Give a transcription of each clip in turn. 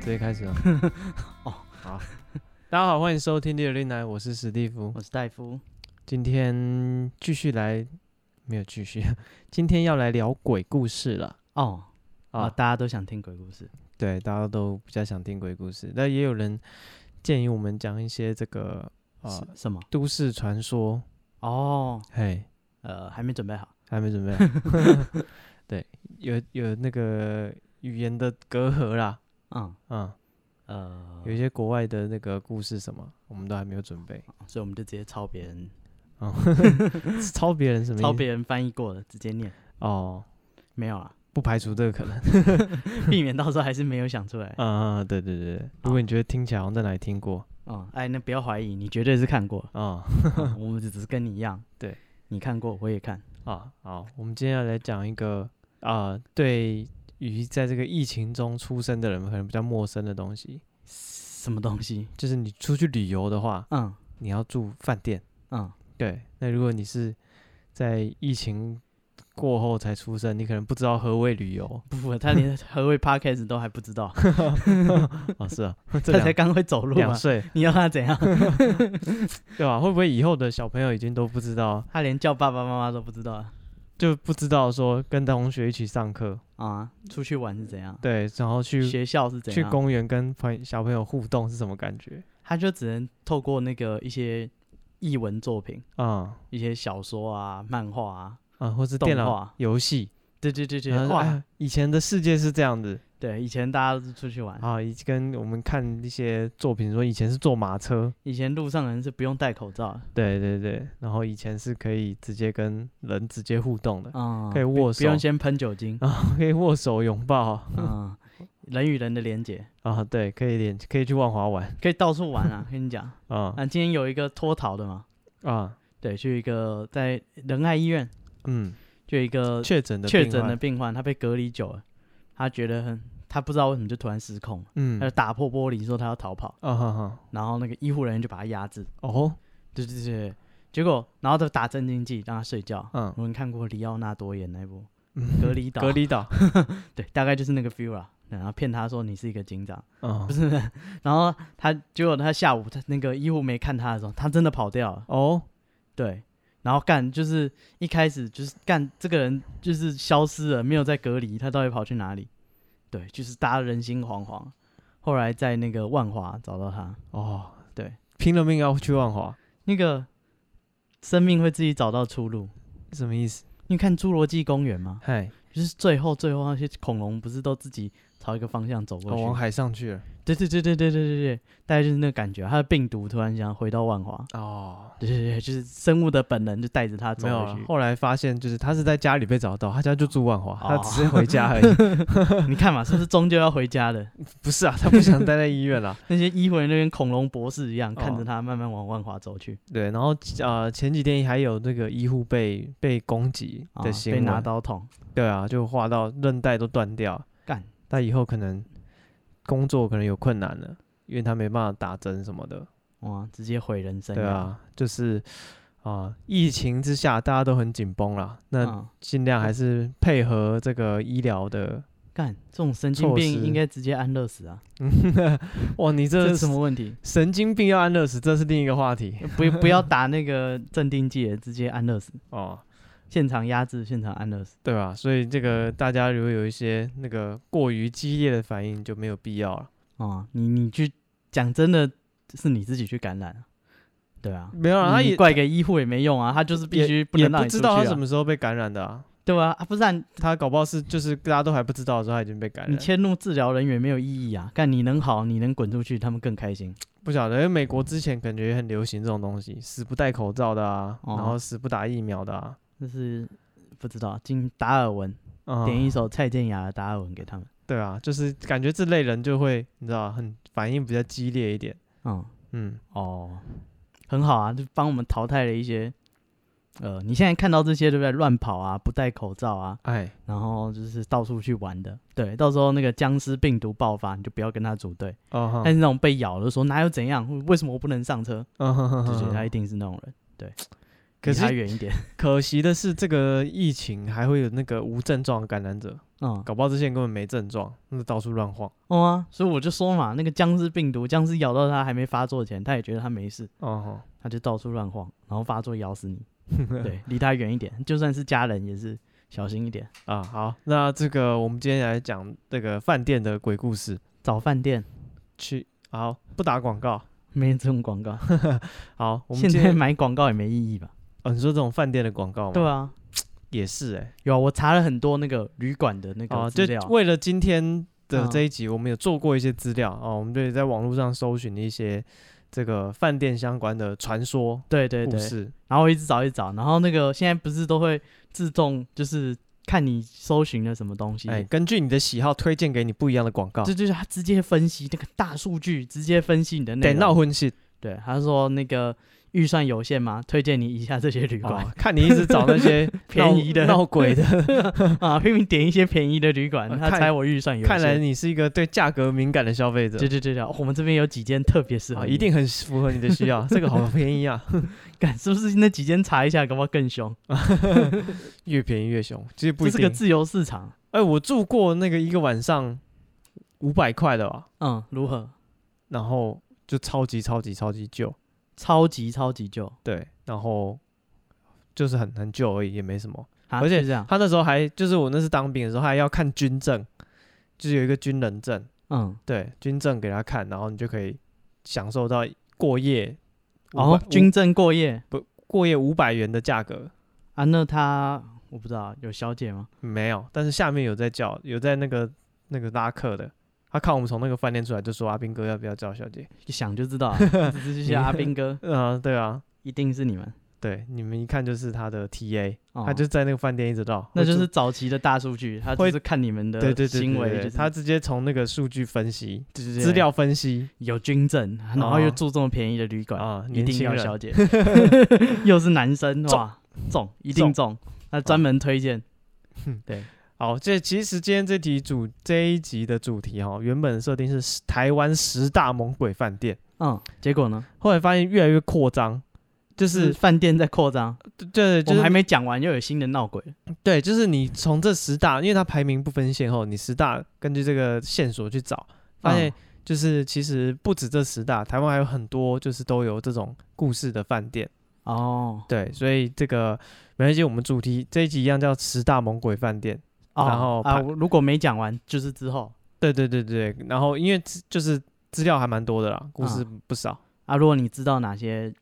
直接开 始了。哦，好，大家好，欢迎收听《第二令来》，我是史蒂夫。我是戴夫。今天继续来，没有继续， 今天要来聊鬼故事了哦啊，啊。大家都想听鬼故事，对，大家都比较想听鬼故事，但也有人建议我们讲一些这个啊是什么？都市传说。哦，嘿，呃，还没准备好。还没准备 好。对，有有那个语言的隔阂啦。嗯，嗯，呃，有一些国外的那个故事什么，我们都还没有准 备。所以我们就直接抄别人，哦，抄别人什么意思？抄别人翻译过的，直接念。哦，没有啊， 不排除这个可 能。避免到时候还是没有想出来。嗯嗯，对对对对。如果你觉得听起来好像在哪里听过，哦，哎，那不要怀疑，你绝对是看 过。啊、嗯我们只只是跟你一样，对，你看过，我也看。啊，好，我们今天要来讲一个啊、对于在这个疫情中出生的人可能比较陌生的东西，什么东西？就是你出去旅游的话，嗯你要住饭店。嗯，对，那如果你是在疫情过后才出生，你可能不知道何谓旅 游不不，他连何谓 podcast 都还不知 道，啊，是啊， 这他才两刚会走路两嘛，岁你要他怎样？对吧、会不会以后的小朋友已经都不知道，他连叫爸爸妈妈都不知道啊就不知道说跟同学一起上课，啊！出去玩是怎样？对，然后去学校是怎去样？公园跟朋小朋友互动是什么感觉？他就只能透过那个一些译文作品、啊、一些小说啊、漫画啊，啊，或是动电脑画游戏，对对对对，然后说哇，哎以前的世界是这样子对，以前大家都是出去玩，啊，以跟我们看一些作品说以前是坐马车，以前路上的人是不用戴口罩的，对对对，然后以前是可以直接跟人直接互动的，嗯，可以不握不用手先喷酒精，可以握手拥抱 嗯，人与人的连接，啊，对，可以连可以去万华玩可以到处玩啊，跟你讲，啊啊，今天有一个脱逃的嘛，啊，对，去一个在仁爱医院，嗯，就有一个确诊的确病诊的患病患，他被隔离久了，他觉得很，他不知道为什么就突然失控了，他嗯就打破玻璃说他要逃跑，啊哈哈然后那个医护人员就把他压制，哦对对对，结果然后就打镇静剂让他睡觉。嗯我们看过里奥纳多演那部嗯《隔离岛》，隔离岛对，大概就是那个 feel 啦。然后骗他说你是一个警长，嗯不是，然后他结果他下午他那个医护没看他的时候，他真的跑掉了。哦对，然后干就是一开始就是干这个人就是消失了，没有在隔离，他到底跑去哪里？对，就是大家人心惶惶。后来在那个万华找到他，哦，对，拼了命要去万华，那个生命会自己找到出路。什么意思？你看《侏罗纪公园》吗？嗨，就是最后最后那些恐龙不是都自己朝一个方向走过我往去？海上去了对对对对对对对对，大概就是那个感觉。他的病毒突然想回到万华，哦，对对对，就是生物的本能就带着他走没有回啊去。。后来发现就是他是在家里被找到，他家就住万华，他哦只是回家 而已。啊你看嘛，是不是终究要回 家的？不是啊，他不想待在医 院啦。那些医护人员跟恐龙博士一样，哦看着他慢慢往万华走去，对，然后呃前几天还有那个医护被被攻击啊的新被闻，拿刀捅，对啊，就划到韧带都断掉，干，但以后可能工作可能有困难了，因为他没办法打针什么的。哇，直接毁人生。对，啊，就是啊、疫情之下大家都很紧绷啦，那嗯，尽量还是配合这个医疗的。干这种神经措病施应该直接安乐死啊，哇，你这这是什么 问题？神经病要安乐死，这是另一个话 题不不要打那个镇定剂，直接安乐死，哦，现场压制，现场安乐死。对吧？所以这个大家如果有一些那个过于激烈的反应就没有必要了。哦，你你去讲真的，是你自己去感染啊，对啊，没有啊，他你也怪给医护也没用啊，他就是必须不也能让不你出知去道啊他，什么时候被感染的啊，对啊，啊不然他搞不好是就是大家都还不知道的时候他已经被感你染。迁怒治疗人员没有意义啊！干你能好，你能滚出去，他们更开心。不晓得，因为美国之前感觉也很流行这种东西，死不戴口罩的啊，哦然后死不打疫苗的啊。这是不知道，经达尔文、嗯点一首蔡健雅的《达尔文》给他们。对啊，就是感觉这类人就会，你知道，很反应比较激烈一点。嗯，嗯，哦，很好啊，就帮我们淘汰了一些。呃，你现在看到这些对不对？乱跑啊，不戴口罩啊，哎，然后就是到处去玩的。对，到时候那个僵尸病毒爆发，你就不要跟他组队。哦，但是那种被咬的说哪有怎样，为什么我不能上车？嗯哼哼就是哼他一哼定是那种人。对，可离他是远 一点。可惜的是，这个疫情还会有那个无症状的感染者，嗯，搞不好这些人根本没症状，那就到处乱晃。哦啊，所以我就说嘛，那个僵尸病毒，僵尸咬到他还没发作前，他也觉得他没事，哦他就到处乱晃，然后发作咬 死你。对，离他远一点，就算是家人也是小心一点。啊，好，那这个我们今天来讲这个饭店的鬼故事。找饭店去，好，不打广告。没这种广告，好，我们 现今在天买广告也没意义吧？哦，你说这种饭店的广告吗？对，啊，也是哎、有啊我查了很多那个旅馆的那哦，个就资料，为了今天的嗯这一集，我们有做过一些资料哦，我们就在网络上搜寻一些这个饭店相关的传说对对故对，事。然后我一直找一直找，然后那个现在不是都会自动就是看你搜寻了什么东西，哎，根据你的喜好推荐给你不一样的广告这。就是他直接分析那个大数据，直接分析你的得内闹容。婚戏，对，他说那个预算有限嘛，推荐你以下这些旅馆、哦看你一直找那 些便宜的闹闹鬼的， 啊，拼命点一些便宜的 旅馆，呃他看猜我预算有限。看来你是一个对价格敏感的消费者对，对对对，我们这边有几间特别适合啊，你，一定很符合你的需要。这个好便宜啊， 干是不是？那几间查一下，搞不好更凶。越便宜越凶，其实不这一是定。个自由市场，哎、我住过那个一个晚上五百块的吧，嗯，如何？然后就超级超级超级旧，超级超级旧，对，然后就是很很旧而已，也没什么。啊而且是这样，他那时候还就是我那是当兵的时候，他还要看军证，就是有一个军人证，嗯，对，军证给他看，然后你就可以享受到过夜500，哦，军证过夜过夜五百元的价格。嗯啊？那他我不知道有小姐吗？没有，但是下面有在叫，有在那个那个拉客的，他看我们从那个饭店出来，就说阿啊兵哥要不要叫小姐？一想就 知道啊，这这些阿兵哥嗯、对啊，一定是你们，对，你们一看就是他的 TA，、哦他就在那个饭店一直到，那就会是住早期的大数据，他就会是看你们的对对对行对为，对就是他直接从那个数据分析、资资料分析有军证，然后哦又住这么便宜的旅馆，啊，一年定轻要人 小姐，又是男生哇，中一定中，他专门推荐，对，好，这其实今天这题主这一集的主题哈、原本设定是十台湾十大猛鬼饭店，嗯，结果呢后来发现越来越扩张，就是是饭店在扩张，对，嗯我就是们还没讲完又有新的闹鬼了，对，就是你从这十大，因为它排名不分先后，你十大根据这个线索去找，发现嗯就是其实不止这十大，台湾还有很多就是都有这种故事的饭店。哦对，所以这个没关系，我们主题这一集一样叫十大猛鬼饭店。哦然后啊，怕我如果没讲完就是之后对对对对，然后因为资就是资料还蛮多的啦，故事不少，啊，如果你知道哪些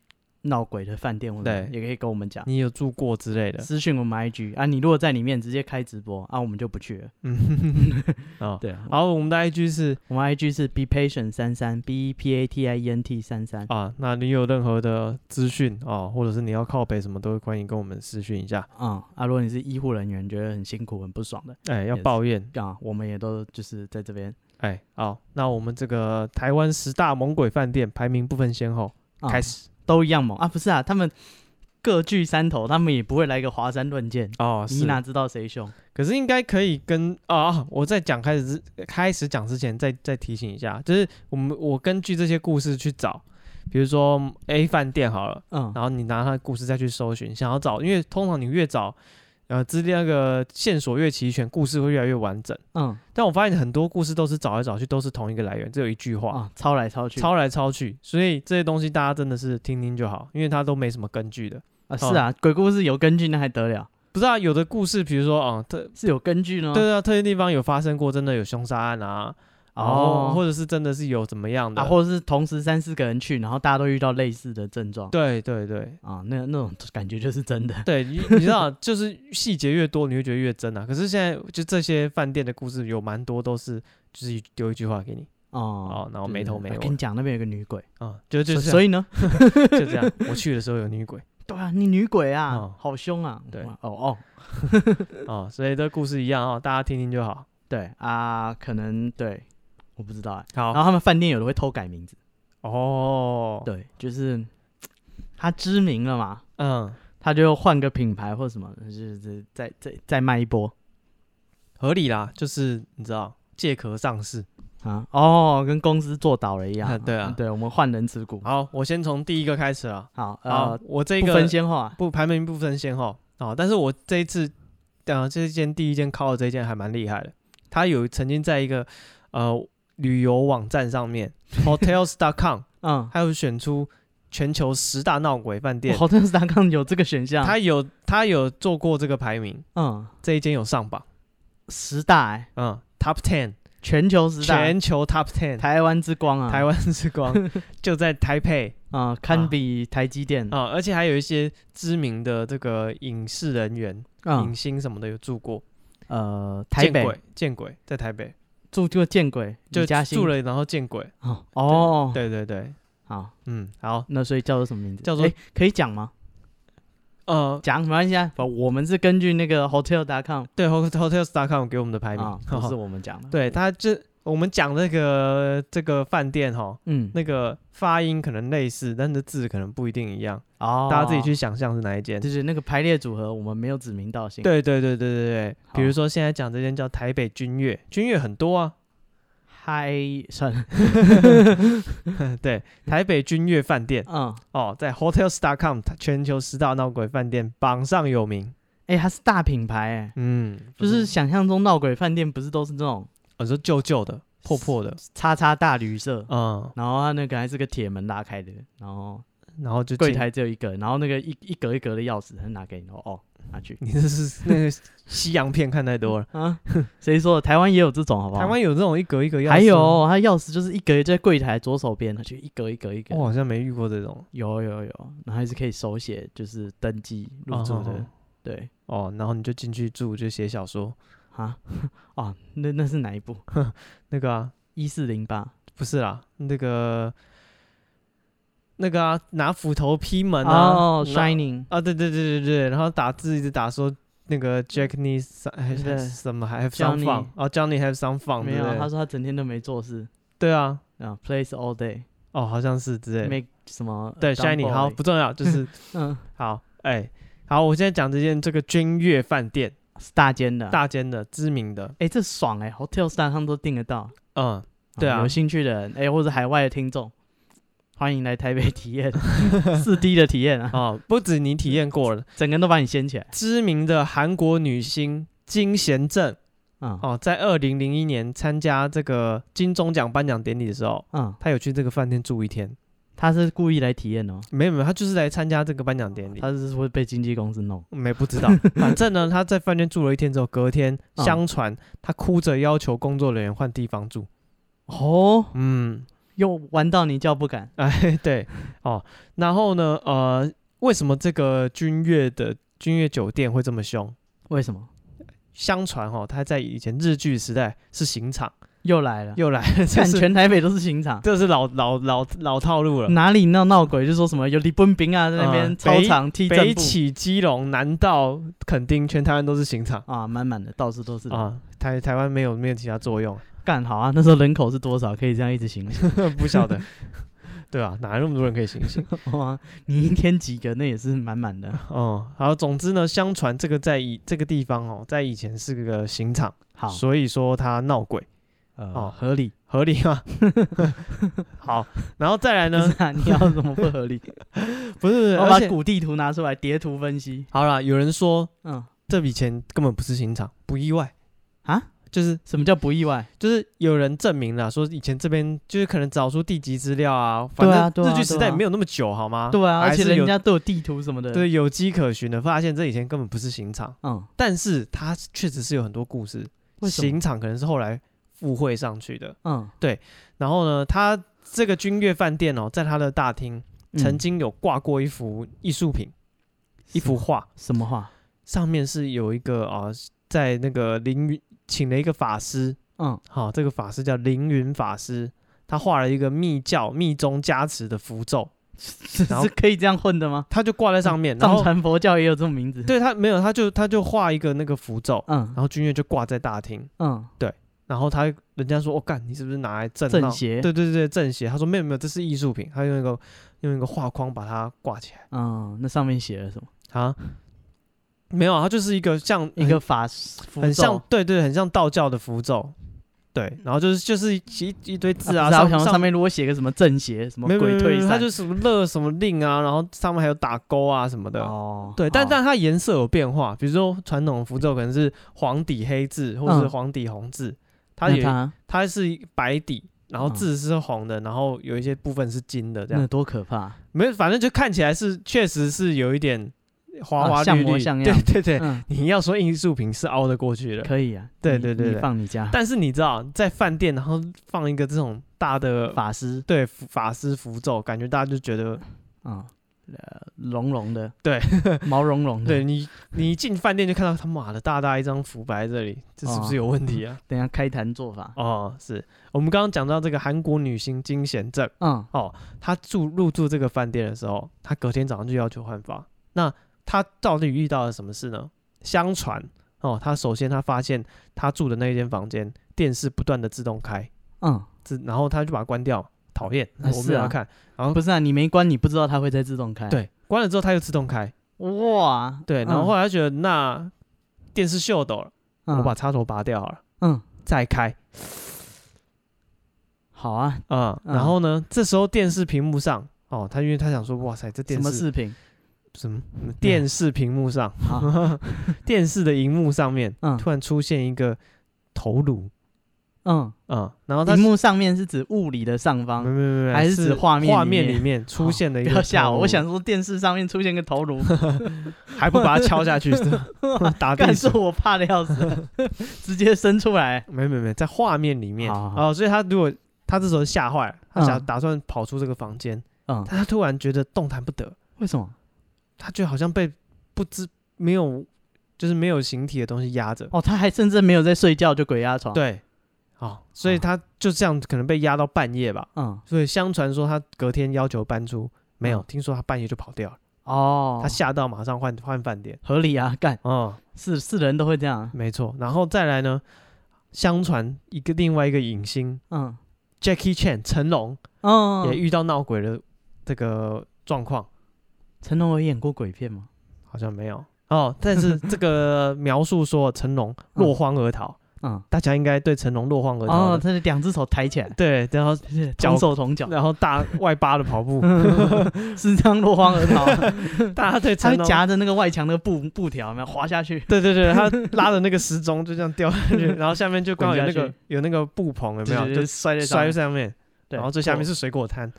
闹鬼的饭店，我们对也可以跟我们讲。你有住过之类的，私讯我们 IG 啊，你如果在里面直接开直播啊，我们就不去了。 嗯，哦，对，啊然后我们的 IG 是我们 IG 是 be patient 三三 b e p a t i e n t 三三啊，那你有任何的资讯啊，或者是你要靠北什么，都欢迎跟我们私讯一下。嗯，啊，如果你是医护人员，觉得很辛苦、很不爽的哎，要 Yes 抱怨，啊，我们也都就是在这边、哎，好，那我们这个台湾十大猛鬼饭店排名不分先后，啊、开始都一样猛啊，不是啊，他们各据山头，他们也不会来个华山论剑，哦，你是，哪知道谁凶？可是应该可以跟啊啊，我在讲开始之开始讲之前再再提醒一下，就是我们我根据这些故事去找，比如说 A 饭店好了，嗯，然后你拿他的故事再去搜寻，想要找，因为通常你越找，呃，资料那个线索越齐全，故事会越来越完整。嗯，但我发现很多故事都是找来找去都是同一个来源，只有一句话。啊，抄来抄去，抄来抄去，所以这些东西大家真的是听听就好，因为它都没什么根据的。啊，是啊，鬼故事有根据那还得了？不是啊，有的故事，比如说啊、特是有根据呢。对啊，特定地方有发生过，真的有凶杀案啊，然后哦，或者是真的是有怎么样的，啊，或者是同时三四个人去，然后大家都遇到类似的症状，对对对啊，那那种感觉就是真的。对，你 你知道，就是细节越多，你会觉得越真啊。可是现在就这些饭店的故事有蛮多都是就是一丢一句话给你哦，哦，然后就是没头没我尾跟你讲，那边有个女鬼，啊，就就所这所以以呢，就这样，我去的时候有女鬼对啊，你女鬼啊哦，好凶啊，对哇哦哦，啊，所以这故事一样啊，大家听听就好。对啊，可能对，我不知道哎。然好后他们饭店有的会偷改名字，哦，对，就是他知名了嘛，嗯，他就换个品牌或什么，就是再再再卖一波。合理啦，就是你知道借壳上市啊，哦，跟公司做倒了一样啊。 对啊哦对我们换人持股。好，我先从第一个开始了。好，啊，呃，我这不个分先后啊。不排名不分先后啊、哦但是我这一次，呃，这间第一间靠的这间还蛮厉害的，他有曾经在一个呃旅游网站上面 hotels.com，嗯，还有选出全球十大闹鬼饭店，好像是大刚有这个选项。他有他有做过这个排名，嗯，这一间有上榜，十大哎，嗯，top ten，全球十大，嗯全球 top ten，台湾之光啊，台湾之光就在台北啊，堪比台积电啊、而且还有一些知名的这个影视人员、嗯影星什么的有住过，呃，台见北鬼，见鬼，在台北。住就见鬼，就李嘉欣住了，然后见鬼。哦哦，对对对，好，嗯，好，那所以叫做什么名字？叫做诶可以讲吗？呃，讲没关系啊，不，我们是根据那个 hotel.com 对，hotels.com 给我们的排名， 啊，不是我们讲的。对他这我们讲那个这个饭店哈，嗯，那个发音可能类似，但是字可能不一定一样，哦，大家自己去，想象是哪一间。就是那个排列组合，我们没有指名道姓。，对对对对对对，比好如说现在讲这间叫台北君悦，君悦很多啊，嗨，算了，对，台北君悦饭店嗯，哦，在 hotels.com 全球十大闹鬼饭店榜上有名，哎，它是大品牌，哎，嗯，不就是想象中闹鬼饭店不是都是这种我说旧旧的、破破的，叉叉大旅社，嗯，然后它那个还是个铁门拉开的，然后然后就柜进台只有一个，然后那个一一格一格的钥匙，他拿给你，哦哦，拿 去你这是那个西洋片看太 多了。 啊？谁说的？台湾也有这种，好不好？台湾有这种一格一格钥匙吗，还有他钥匙就是一格在柜台左手边，他就一格一格一格我，好像没遇过这种有有有，然后还是可以手写，就是登记入住的，哦对哦。然后你就进去住，就写小说，啊 哦，那那是哪一部？那个啊，一四零八不是啦，那个那个啊，拿斧头劈门啊，哦然后，Shining 啊，对对对对对，然后打字一直打说那个 Jack needs some- 还对是什么 have some Johnny fun，哦 Johnny have some fun，没对有不啊，对他说他整天都没做事对啊，啊，plays all day，make 哦好像是之类的，什么对 dumb Shining 好 boy 不重要，就是嗯，好哎好，我现在讲这间这个君悦饭店。是大间的啊，大间的、知名的，哎、这爽哎、h o t e l s t a r 他们都订得到。嗯，对啊有兴趣的人，哎、或者海外的听众，欢迎来台北体 验四 D 的体验啊，哦，不止你体验过了，整个人都把你掀起来。知名的韩国女星金贤正嗯哦，在二零零一年参加这个金钟奖颁奖典礼的时候，嗯，她有去这个饭店住一天，他是故意来体验哦，没有没有，她就是来参加这个颁奖典礼。他是会被经纪公司弄。没不 知道，反正呢，她在饭店住了一天之后，隔天嗯相传她哭着要求工作人员换地方住。哦，嗯，又玩到你叫不敢。哎，对哦，然后呢，呃，为什么这个君悦的君悦酒店会这么凶？为什么？相传哦，他在以前日剧时代是刑场，又来了，又来 了，这看是全台北都是刑场，这是老老老老套路了。哪里闹闹鬼就说什么有李奔兵啊，在那边嗯操场踢正北步起基隆，南到垦丁，全台湾都是刑场啊，满满的到处都是。啊。台台湾没有没有其他作 用，干好啊，那时候人口是多少？可以这样一直行刑。不晓 得。对啊，哪有那么多人可以行 刑？ 哇，你一天几个？那也是满 满的。哦、好，总之呢，相传这个在以这个地方哦，在以前是个刑场，好，所以说它闹鬼，呃，哦合理。合理吗？ 好，然后再来 不呢？哦是啊，你要怎么不 合理？不是，我而把且古地图拿出来叠图分析。好啦，有人说嗯，这笔钱根本不是刑场，不意外啊。就是什么叫不意外？就是有人证明了，说以前这边就是可能找出地籍资料啊，反对啊对正啊日据时对代啊没有那么久，好吗？对啊，而还且是有人家都有地图什么的。，对有迹可循的发现，这以前根本不是刑场，嗯，但是它确实是有很多故事，为什么？刑场可能是后来附会上去的。嗯，然后呢，它这个君悦饭店哦，在它的大厅嗯曾经有挂过一幅艺术品，一幅画，什么话？ 上面是有一个啊、在那个凌云请了一个法师，嗯，好、这个法师叫凌云法师，他画了一个密教密宗加持的符咒，是然后是可以这样混的吗？他就挂在上面，然哦藏后传佛教也有这种名字。，对他没有，他就他就画一个那个符咒，嗯然后君悦就挂在大厅，嗯，然后他人家说，我、哦干，你是不是拿来镇正闹邪对对对，正邪。他说没有没有，这是艺术品，他用一个用一个画框把它挂起来嗯，那上面写了什么？啊，没有啊，它就是一个像一个法符很咒像，，对对，很像道教的符咒。对，然后就是就是一一堆字啊啊，不是啊上我想说上上面如果写个什么正邪什么没有没鬼有没退有，散，它就什么乐什么令啊，然后上面还有打勾啊什么的。哦，对，但好但它颜色有变化，比如说传统符咒可能是黄底黑字，或是嗯黄底红字，它那也它它是白底，然后嗯字是红的，然后有一些部分是金的，这样那多可怕，没有，反正就看起来是确实是有一点花啊花像绿模绿，像样对对对，嗯，你要说艺术品是凹得过去的，可以啊，对你对对你对放你家但是你知道在饭店然后放一个这种大的法师对符法师符咒，感觉大家就觉得啊，呃，绒绒的，对， 毛茸茸的，对你，你一进饭店就看到他妈的大大一张福白在这里，这是不哦是有问题 啊？等一下开坛做法，哦，是我们刚刚讲到这个韩国女星金贤正，嗯，她住入住这个饭店的时候，她隔天早上就要求换房。那她到底遇到了什么事呢？相传哦，她首先她发现她住的那间房间电视不断的自动开，嗯，自然后她就把它关掉，讨厌，啊我是没有啊要看。不是啊，你没关，你不知道它会在自动开。，对，关了之后它又自动开，哇，对，然后嗯后来她觉得那电视秀抖了，我嗯把插头拔掉好了。嗯，再开好啊，啊、嗯然后呢，这时候电视屏幕上哦，他因为他想说，哇塞，这电什视么视 频？什么嗯电视屏幕上，好，电视的荧幕上面、嗯突然出现一个头颅嗯，啊、然后他屏幕上面是指物理的上没没方，没没，还是是指画面画里面面里面出现的一不个，要吓我，我想说电视上面出现个头颅，还不把它敲下去，是吧打地 干是鼠。我怕的要死， 直接伸出来。没没没，在画面里面好好好哦，所以他如果他这时候吓坏了，他想嗯打算跑出这个房间，嗯，但他突然觉得动弹不得，为什么？他就好像被不知没有，就是没有形体的东西压着。哦，他还甚至没有在睡觉就鬼压床。，对，哦，所以啊他就这样可能被压到半夜吧。嗯，所以相传说他隔天要求搬出，没有，嗯听说他半夜就跑掉了，哦，他吓到马上换换饭店。合理啊， 干哦，是是人都会这样啊。没错。然后再来呢，相传一个另外一个影星嗯 Jackie Chan 成龙嗯，也遇到闹鬼的这个状况，成龙有演过鬼片吗？好像没有。哦，但是这个描述说成龙落荒而逃，嗯， 大家应该对成龙落荒而逃哦，的，他的两只手抬起来，对，然 后 就是脚同手同脚，嗯然后大外八的跑 步， 是这样落荒而 逃啊。大家对他成会龙夹着那个外墙那个布布条，有没有滑下去？ 对对对，他拉着那个时钟就这样掉下 去，然后下面就刚好有那滚个下有那个布棚，有没有？就就摔在摔在上上面，面，然后最下面是水果摊。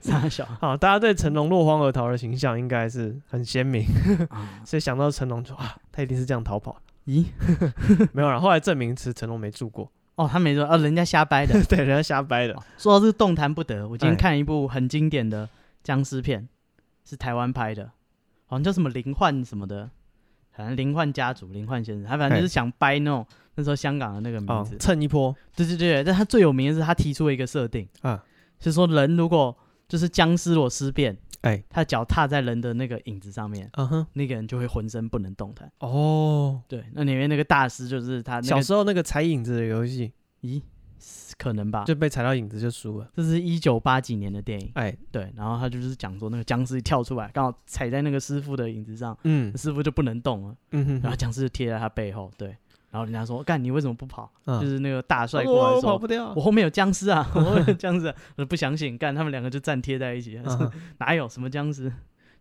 傻小好，大家对成龙落荒而逃的形象应该是很鲜明， 啊所以想到成龙就啊，他一定是这样逃跑。咦？ 没有啦，然后来证明其实成龙没住过，哦，他没说，哦，人家瞎掰 的。对，人家瞎掰的哦。说到这个动弹不得，我今天哎看一部很经典的僵尸片，是台湾拍的，好像叫什么灵幻什么的，反正灵幻家族、灵幻先生，他反正就是哎想掰那种那时候香港的那个名哦字，。蹭一波，对对对，但他最有名的是他提出了一个设定啊，是说人如果就是僵尸如果尸变，哎，他脚踏在人的那个影子上面，嗯哼，那个人就会浑身不能动弹。哦，对，那里面那个大师就是啊他、那个，小时候那个踩影子的游戏咦，是可能吧？就被踩到影子就输了，这是一九八几年的电影，哎，对，然后他就是讲说那个僵尸一跳出来，刚好踩在那个师傅的影子上，嗯师傅就不能动了，嗯然后哼僵尸就贴在他背后，对，然后人家说干你为什么不跑？哼，就嗯是那个大帅过来我我说，跑不掉我，后面有僵尸啊， 我后面有僵尸、啊，我不相信，干他们两个就站贴在一起，嗯哼 哪有什么僵尸？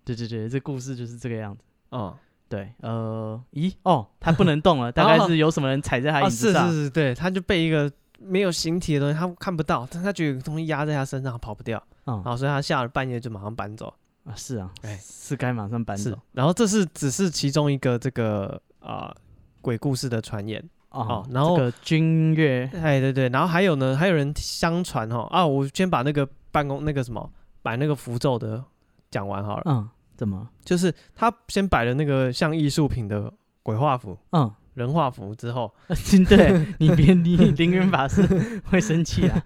对对对，这故事就是这个样子。哦对，呃，咦，哦，他不能动了，大概是有什么人踩在他啊，椅哦是子上，嗯是是，对，他就被一个没有形体的东西，他看不到，但他觉得有个东西压在他身上，他跑不掉，嗯然后所以他下了半夜就马上搬走。啊，是啊，哦哎是该马上搬是走，然后这是只是其中一个这个啊、呃鬼故事的传言。哦哦然后这个君越 哎，对对，然后还有呢，还有人相传哈啊，我先把那个办公那个什么摆那个符咒的讲完好了，嗯，怎么？就是他先摆了那个像艺术品的鬼画符、嗯，人画符之后， 真的，你别你凌云法师会生气 啊。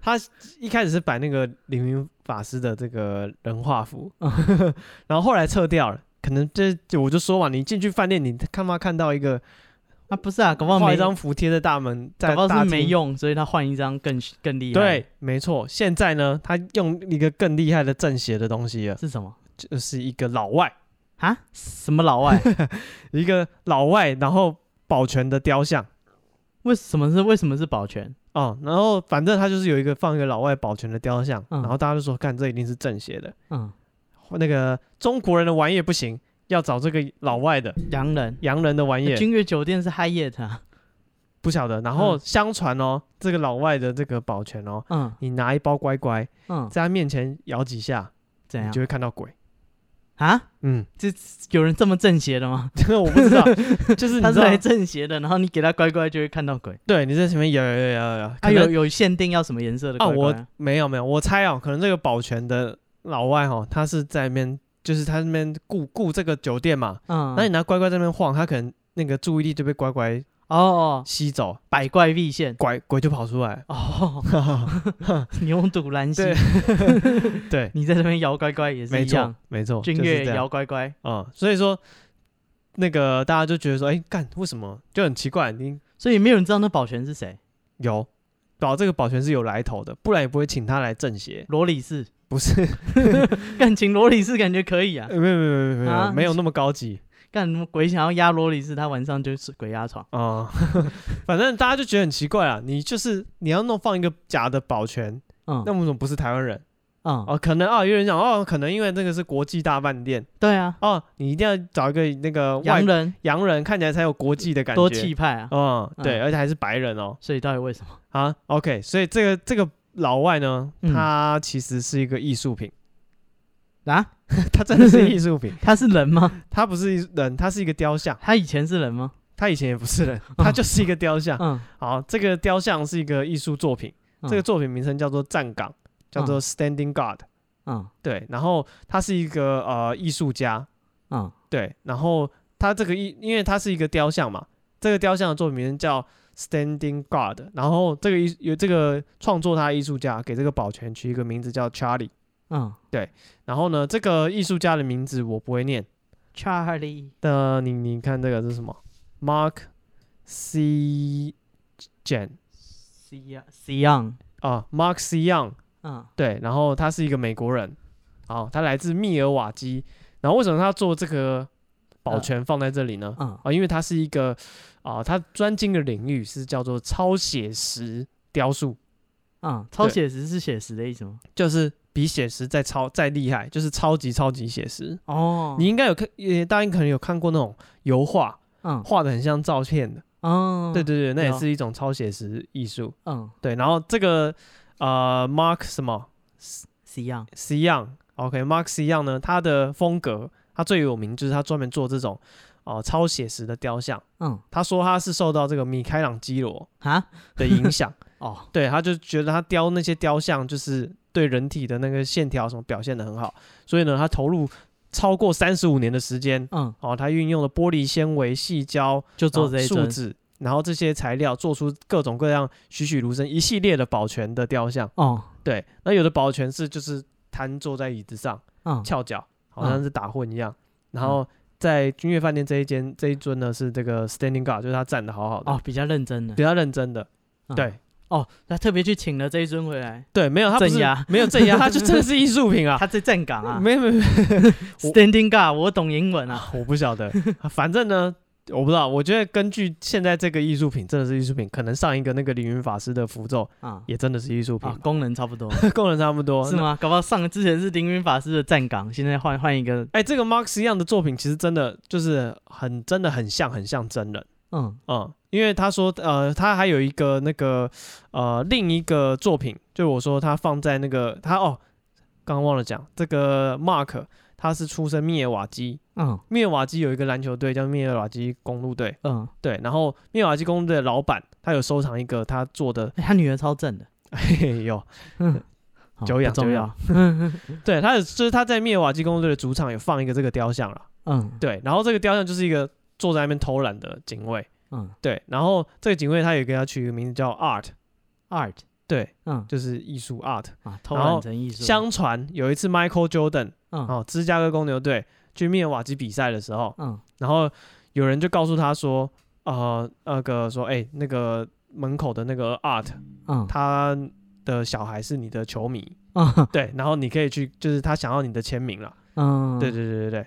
他一开始是摆那个凌云法师的这个人画符，嗯 然后后来撤掉了。可能这就我就说嘛，你进去饭店，你看嘛看到一个啊，不是啊，搞不好画没一张，符贴在大门，在搞不大好是厅没。用，所以他换一张更更厉害。，对，没错。现在呢，他用一个更厉害的正邪的东西了，是什么就是一个老外，啊？ 什么老外？一个老外，然后保全的雕像。为什么是为什么是保全？哦，然后反正他就是有一个放一个老外保全的雕像，嗯然后大家就说干这一定是正邪的，嗯，那个中国人的玩意不行，要找这个老外的洋人。洋人的玩意，君悦酒店是 Hyatt 啊，不晓得。然后相传哦，这个老外的这个保全哦，嗯你拿一包乖乖嗯，在他面前摇几下，怎你样就会看到鬼。啊？嗯， 有人这么正邪的吗？这个我不 知道，就是 你他知是道来正邪的，然后你给他乖乖就会看到鬼。对你在前面摇摇摇摇摇，他可有能有限定要什么颜色的啊，乖乖我没有没有，我猜哦，可能这个保全的老外哦，他是在那边就是他那边顾顾这个酒店嘛，嗯，那你拿乖乖在那边晃，他可能那个注意力就被乖乖哦哦，吸走，百怪必现鬼鬼就跑出来。 哦， 牛肚兰心 对，对，你在这边摇乖乖也是没一样错，，没错，君就是悦这样摇乖乖，啊、所以说那个大家就觉得说，哎、干为什么就很奇怪，你所以没有人知道那保全是谁，有保这个保全是有来头的，不然也不会请他来正邪，罗里士，不是？干请罗里士感觉可以啊呃， 没有没有没有没有、啊没有那么高级干什么鬼想要压罗里士，他晚上就是鬼压床，啊、 反正大家就觉得很奇怪啊，你就是你要弄放一个假的保全，嗯那为什么不是台湾人？嗯，哦，可能啊、有人讲哦，可能因为这个是国际大饭店。对啊，哦，你一定要找一个那个外洋人洋人，看起来才有国际的感觉，多气派啊，嗯，嗯对，而且还是白人哦。所以到底为什么？啊，OK，所以这个这个老外呢，嗯他其实是一个艺术 品，啊，他真的是艺术品，他是人吗？ 他不是一人，他是一个雕像，他以前是人吗？他以前也不是 人，他就是一个雕像。嗯，好，这个雕像是一个艺术作品，嗯这个作品名称叫做站岗，叫做 Standing Guard。嗯对，然后他是一个呃艺术家，嗯对，然后他这个艺，因为他是一个雕像嘛，这个雕像的作品名叫 Standing Guard，然后这个艺有这个创作他的艺术家给这个保全取一个名字叫 Charlie，嗯然后呢，这个艺术家的名字我不会念，Charlie 的，你你看这个是什么？Mark C. Jan Sion Sion，啊，Mark C. Young，嗯对，然后他是一个美国人，好，他来自密尔瓦基，然后为什么他做这个保全放在这里呢？嗯啊，因为它是一个啊，它专精的领域是叫做超写实雕塑，嗯，超写实是写实的意思吗？就是比写实再超再厉害，就是超级超级写实。哦，你应该有看，也大家可能有看过那种油画，嗯画的很像照片的，嗯，对对对，那有也是一种超写实艺术。嗯对，然后这个呃，Mark 什么 Sion， C Young，OK，Mark、C Young 呢，他的风格，他最有名就是他专门做这种哦、呃超写实的雕像。嗯他说他是受到这个米开朗基罗啊的影 响。哦对，他就觉得他雕那些雕像，就是对人体的那个线条什么表现的很好，所以呢，他投入超过三十五年的时间，嗯，哦，他运用了玻璃纤维、细胶、就做然后这一树尊，脂，然后这些材料做出各种各样栩栩如生一系列的保全的雕像。哦对，那有的保全是就是瘫坐在椅子上，嗯翘脚，好像是打混一样，然后。在君悦饭店这一间这一尊呢是这个 standing guard，就是他站的好好的，哦比较认真的比，较认真的，嗯对，哦，他特别去请了这一尊回来，对，没有他不是镇压没有镇压，他就真的是艺术品啊。 他在站岗啊没有没有没有我，standing guard，我懂英文啊，啊，我不晓得，反正呢，我不知道。我觉得根据现在这个艺术品，真的是艺术品，可能上一个那个凌云法师的符咒啊也真的是艺术品啊，，功能差不多 功能差不多是？吗？搞不好上之前是凌云法师的站岗，现在换换一个，那哎，这个 Max 一样的作品，其实真的就是很真的很像很像真人，嗯嗯，因为他说呃，他还有一个那个呃另一个作品，就我说他放在那个他哦，刚刚忘了讲，这个 Mark 他是出生密尔瓦基，嗯密尔瓦基有一个篮球队叫密尔瓦基公路队，嗯，对，然后密尔瓦基公路队的老板他有收藏一个他做的， 哎他女儿超正的，嘿有，好久仰不重久要仰，对，他有就是他在密尔瓦基公路队的主场有放一个这个雕像了，嗯对，然后这个雕像就是一个坐在那边偷懒的警卫，嗯对，然后这个警卫他也给他取一个名字叫 Art， ，art，对，嗯就是艺术 Art。啊，偷然后懒成艺术，相传有一次 Michael Jordan 嗯哦，芝加哥公牛队去密尔瓦基比赛的时候，嗯然后有人就告诉他说，呃，那个说，哎、那个门口的那个 Art。嗯他的小孩是你的球迷，嗯对，然后你可以去，就是他想要你的签名了，嗯，对对对对对，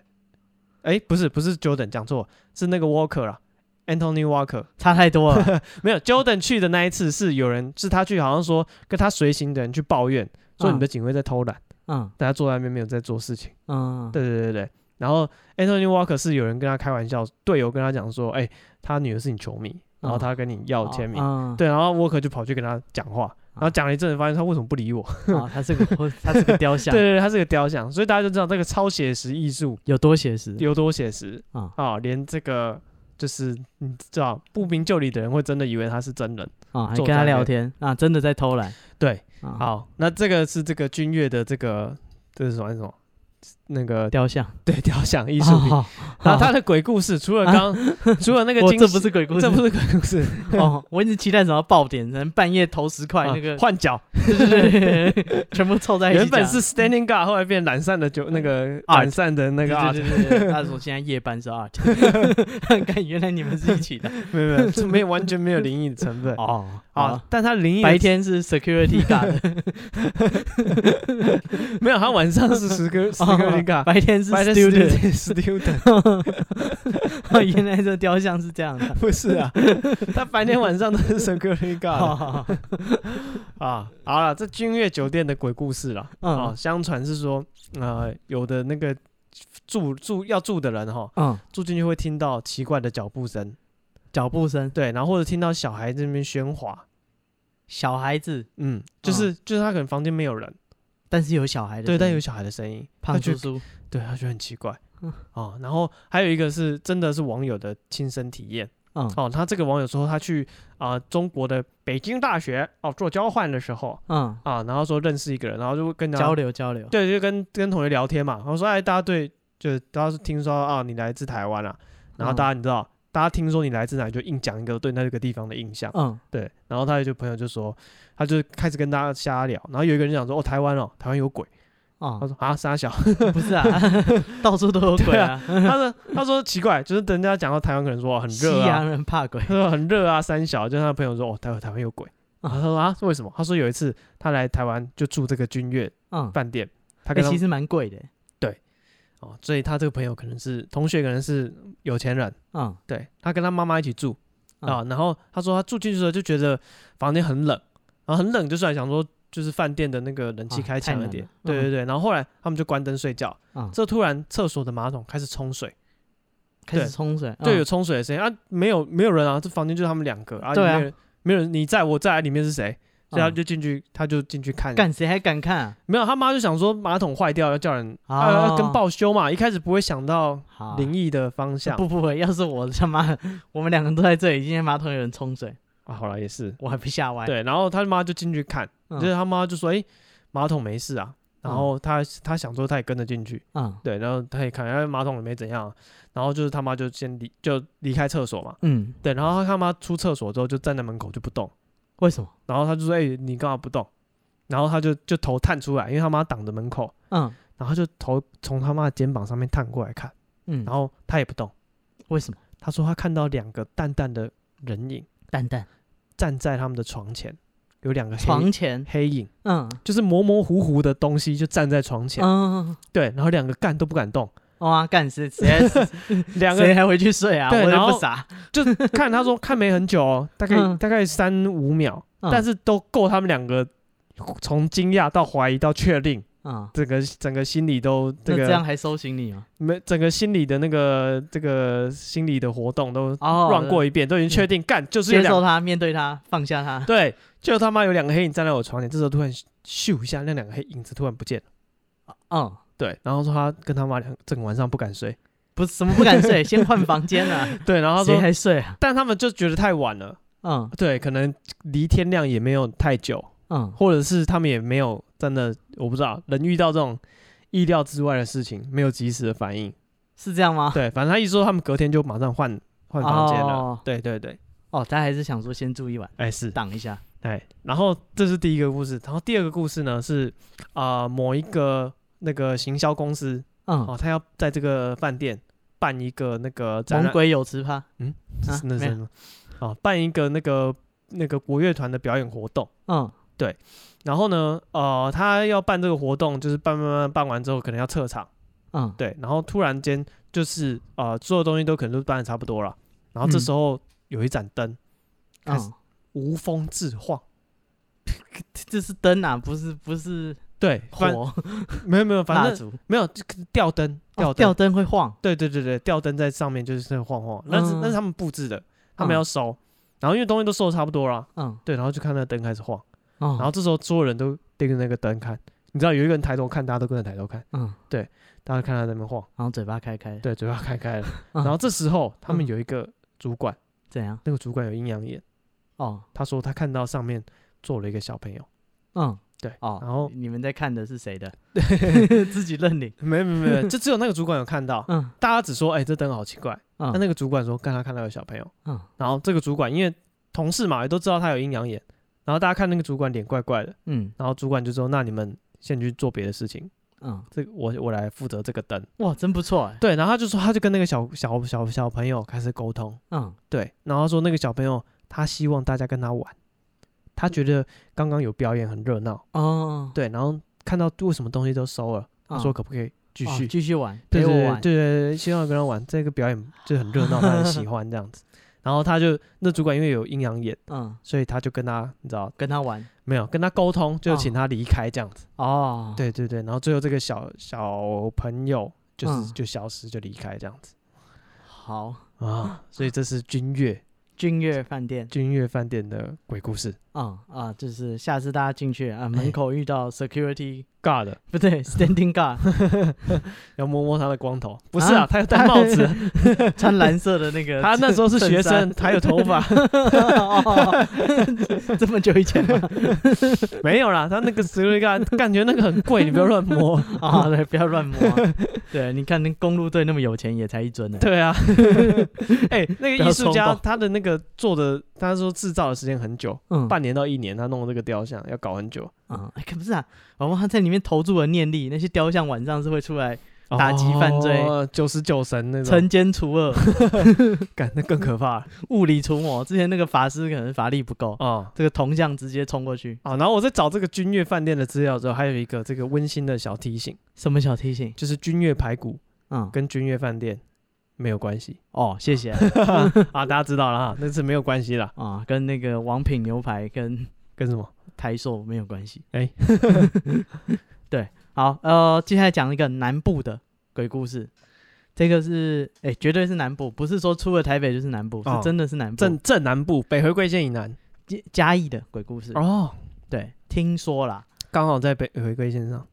哎，不是不是 Jordan 讲错，是那个 Walker 啦 Anthony Walker 差太 多了。没有 Jordan 去的那一次是有人是他去，好像说跟他随行的人去抱怨，说你的警卫在偷懒，嗯大家坐在那边没有在做事情。嗯，对对对对。然后 Anthony Walker 是有人跟他开玩笑，队友跟他讲说，哎、他女儿是你球迷，然后他跟你要签名，嗯，对，然后 Walker 就跑去跟他讲话，然后讲了一阵子，发现他为什么不理我？哦，他是个他是个雕 像对，对对，他是个雕像，所以大家就知道这个超写实艺术有多写实有多写实啊啊、连这个就是你知道不明就里的人会真的以为他是真人。啊，还作跟他战聊类天啊，真的在偷懒。对，啊，好，那这个是这个君越的这个这是什么什么？那个雕像对雕像艺术品，哦然后好他的鬼故事除了 刚除了那个我惊这不喜，是鬼故 事，这不是鬼故事，哦，我一直期待什么爆点，能半夜投十块啊那个，换脚，对对对，全部凑在一起原讲。本是 standing guard，后来变懒散的就那个 Art 懒散的那那个啊 art，对对对对，他说现在夜班 是 art，看原来你们是一起的没有 没有，这没有完全没有灵异的成分哦啊，，但他灵异的白天 是 security guard，没有，他晚上是十 个十个灵感，白天是哦白天 student student，哦 student 原来这雕像是这 样的。不是啊，他白天晚上都是十个灵感哦，啊。好了，这君悦酒店的鬼故事啦，啊，嗯相传是说，呃，有的那个住住要住的人哈，嗯，住进去会听到奇怪的脚步声，脚步声，对，然后或者听到小孩这边喧哗，小孩子，嗯，就是就是他可能房间没有人，但是有小孩的声对，音，但有小孩的声音，他胖觉叔得叔，对他觉得很奇怪嗯。哦，然后还有一个是真的是网友的亲身体验。嗯哦，他这个网友说他去啊、中国的北京大学哦做交换的时候嗯，啊，然后说认识一个人，然后就会跟他交，流交流，对，就跟跟同学聊天嘛。然后说哎，大家对，就大家是听说啊你来自台湾啊，然嗯后大家你知道，大家听说你来自哪里，就硬讲一个对那个地方的印象。嗯对，然后他就朋友就说，他就开始跟大家瞎聊，然后有一个人讲说哦台湾哦台湾有鬼，哦他，说啊傻 小，不是啊，到处都有鬼啊，他说他说奇怪，就是等人家讲到台湾可能说哦很西热啊洋，人怕鬼， 他说很热啊，三小，就他的朋友说哦，台台湾有鬼。啊啊，他说啊，为什么？他说有一次他来台湾就住这个君悦 嗯，饭店，他欸跟他、其实蛮贵的欸，哦，所以他这个朋友可能是同学，可能是有钱人，嗯对他跟他妈妈一起住啊啊。然后他说他住进去的时候就觉得房间很冷，然后很冷，就是想说就是饭店的那个冷气啊开太强一冷点了，对对对。然后后来他们就关灯睡觉，嗯，这突然厕所的马桶开始冲水，开始对冲水，对，有嗯，冲水的声音啊，没有没有人啊，这房间就他们两个啊，对啊没有人，没有人，你在我啊在，里面是谁？所以他嗯就进去，他就进去看，干谁还敢看啊？没有，他妈就想说马桶坏掉要叫人，哦啊，要跟报修嘛，一开始不会想到好灵异的方向不不不，要是我他妈，我们两个都在这里，今天马桶有人冲水，啊，好了也是，我还不吓歪，对，然后他妈就进去看，哎嗯就是他妈就说，哎，马桶没事啊，然嗯后他他想说他也跟着进去，嗯对，然后他也看，哎，马桶也没怎样啊，然后就是他妈就先离就离开厕所嘛，嗯，对，然后他妈出厕所之后就站在门口就不动。为什么？然后他就说：“哎、你干嘛不动？”然后他就就头探出来，因为他妈挡着门口，嗯然后他就头从他妈的肩膀上面探过来看，嗯，然后他也不动。为什么？他说他看到两个淡淡的人影蛋蛋站在他们的床前，有两个黑床前，黑影，嗯就是模模糊糊的东西就站在床前，嗯，对，然后两个干都不敢 动，哇，干谁 谁还两谁个还回去睡啊？我对然又后不傻，就 看他说看没很久、哦，大概、嗯大概三五秒，嗯但是都够他们两个从惊讶到怀疑到确定，嗯，整个整个心里都那这个这样还收行李吗？没整个心理的那个这个心理的活动都哦，乱过一遍，都已经确定干就是有接受两他，面对他，放下他， 对，就他妈有两个黑影站在我床前，这时候突然咻一下，那两个黑影子突然不见了。嗯，对，然后说他跟他妈两整个晚上不敢睡。不什么不 敢 睡，先换房间啊。对，然后他谁说，还睡啊？但他们就觉得太晚了，嗯对，可能离天亮也没有太久，嗯，或者是他们也没有真的，我不知道，人遇到这种意料之外的事情，没有及时的反应。是这样吗？对，反正他一说他们隔天就马上换换房间了。哦对对对，哦，他还是想说先住一晚，哎是。挡一下。对，然后这是第一个故事，然后第二个故事呢是啊、呃某一个那个行销公司嗯，哦，他要在这个饭店办一个那个展猛览，鬼有吃怕。嗯啊，那没是有什。么？哦，办一个那个那个国乐团的表演活动。嗯然后呢，呃，他要办这个活动，就是办办办办完之后，可能要撤场，嗯对。然后突然间就是呃，所有东西都可能都办的差不多了，然后这嗯时候有一盏灯开始嗯，无风自晃，这是灯啊，不是不是对，反火没有没有，反蜡正烛，没有就吊灯哦吊吊灯，灯会晃，对对对对，吊灯在上面就是在晃晃，那是那是嗯他们布置的，他们嗯要收，然后因为东西都收的差不多了，嗯，哦对，然后就看那个灯开始晃，然然后这时候所有人都盯着那个灯看，你知道有一个人抬头看，大家都跟着抬头看，嗯，大家看他在那边晃，然后嘴巴开开，对，嘴巴开开了，嗯然后这时候他们嗯有一个主管，怎样？那个主管有阴阳眼，哦，他说他看到上面坐了一个小朋友，嗯，对哦，然后你们在看的是谁的？ 自己认领，没没没， 就只有那个主管有看到，嗯大家只说哎、这灯好奇怪，但嗯那个主管说看他看到有小朋友。嗯然后这个主管因为同事嘛也都知道他有阴阳眼，然后大家看那个主管脸怪怪的，嗯然后主管就说：“那你们先去做别的事情，嗯，这个我我来负责这个灯。哇，真不错哎”，对，然后他就说他就跟那个小小小小朋友开始沟通，嗯对，然后他说那个小朋友他希望大家跟他玩，他觉得刚刚有表演很热闹，哦，对，然后看到为什么东西都收了，他嗯说可不可以继续哦？继续玩，对对陪我对玩，对对对，希望跟他玩这个表演就很热闹，他很喜欢这样子。然后他就那主管因为有阴阳眼。嗯，所以他就跟他，你知道跟他玩，没有跟他沟通，就请他离开这样子。哦，，对对对，然后最后这个小小朋友就是、嗯就消失，就离开这样子好，啊。所以这是君悦君悦饭店，君悦饭店的鬼故事嗯啊，就是下次大家进去啊，哎门口遇到 security。尬的，不对，standing guard 要摸摸他的光头，不是啊，啊他有戴帽子，穿蓝色的那个，他那时候是学生，衬衫还有头 发，哦这么久以前吗？没有啦，他那个 s e c u r 感觉那个很贵，你不要乱 摸。啊、对，不要乱摸啊、对，你看那公路队那么有钱，也才一尊呢。对 啊，哎、那个不要艺术冲家动他的那个做的，他说制造的时间很久，嗯，半年到一年，他弄这个雕像要搞很久。啊、哎可不是啊，宝宝他在里面投注了念力，那些雕像晚上是会出来打击犯罪哦九十九神那种，惩奸 除恶、感那更可怕啊物理除魔。之前那个法师可能法力不够，！哦这个铜像直接冲过去。好，哦然后我在找这个君悦饭店的资料之后，还有一个这个温馨的小提醒，什么小提醒？就是君悦排骨嗯，跟君悦饭店没有关 系哦，谢谢啊、啊啊，大家知道了哈，那是没有关系 啦，跟那个王品牛排跟跟什么？台塑没有关系。哎 对，好，呃，接下来讲一个南部的鬼故事。这个是，哎、绝对是南部，不是说出了台北就是南部，哦是真的是南部。正正南部北回归线以南嘉嘉义的鬼故事。哦，对，听说啦，刚好在北回归线上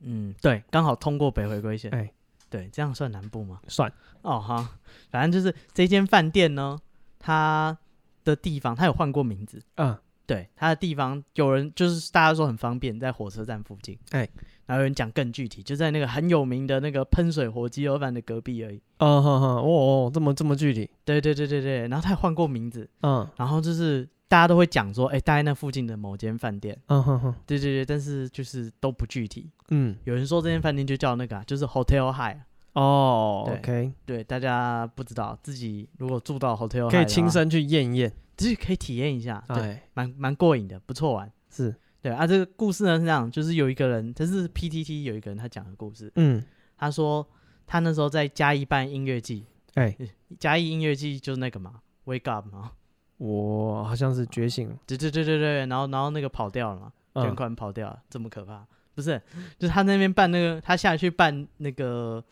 嗯，对，刚好通过北回归线。哎对，这样算南部吗？算哦哈，反正就是这间饭店呢，它的地方它有换过名字。啊，对，它的地方有人就是大家说很方便，在火车站附近。哎然后有人讲更具体，就在那个很有名的那个喷水火鸡肉饭的隔壁而已。哦哼哼，哦哦，这么这么具体，对对对对对，然后他也换过名字，嗯然后就是大家都会讲说，哎，大概那附近的某间饭店。嗯哼哼，对对对，但是就是都不具体。嗯有人说这间饭店就叫那个、啊，就是 Hotel High 啊。哦对，OK，对，大家不知道自己如果住到 Hotel High，可以的亲话，身去验验，就是可以体验一下，对，哎，蛮蛮过瘾的，不错玩。是，对啊，这个故事呢是这样，就是有一个人，这是 PTT 有一个人他讲的故事，嗯，他说他那时候在嘉义办音乐季，哎，嘉义音乐季就是那个嘛，Wake Up 嘛，我好像是觉醒了，对对对对对，然后然后那个跑掉了嘛，捐嗯款跑掉了，这么可怕？不是，就是他那边办那个，他下去办那个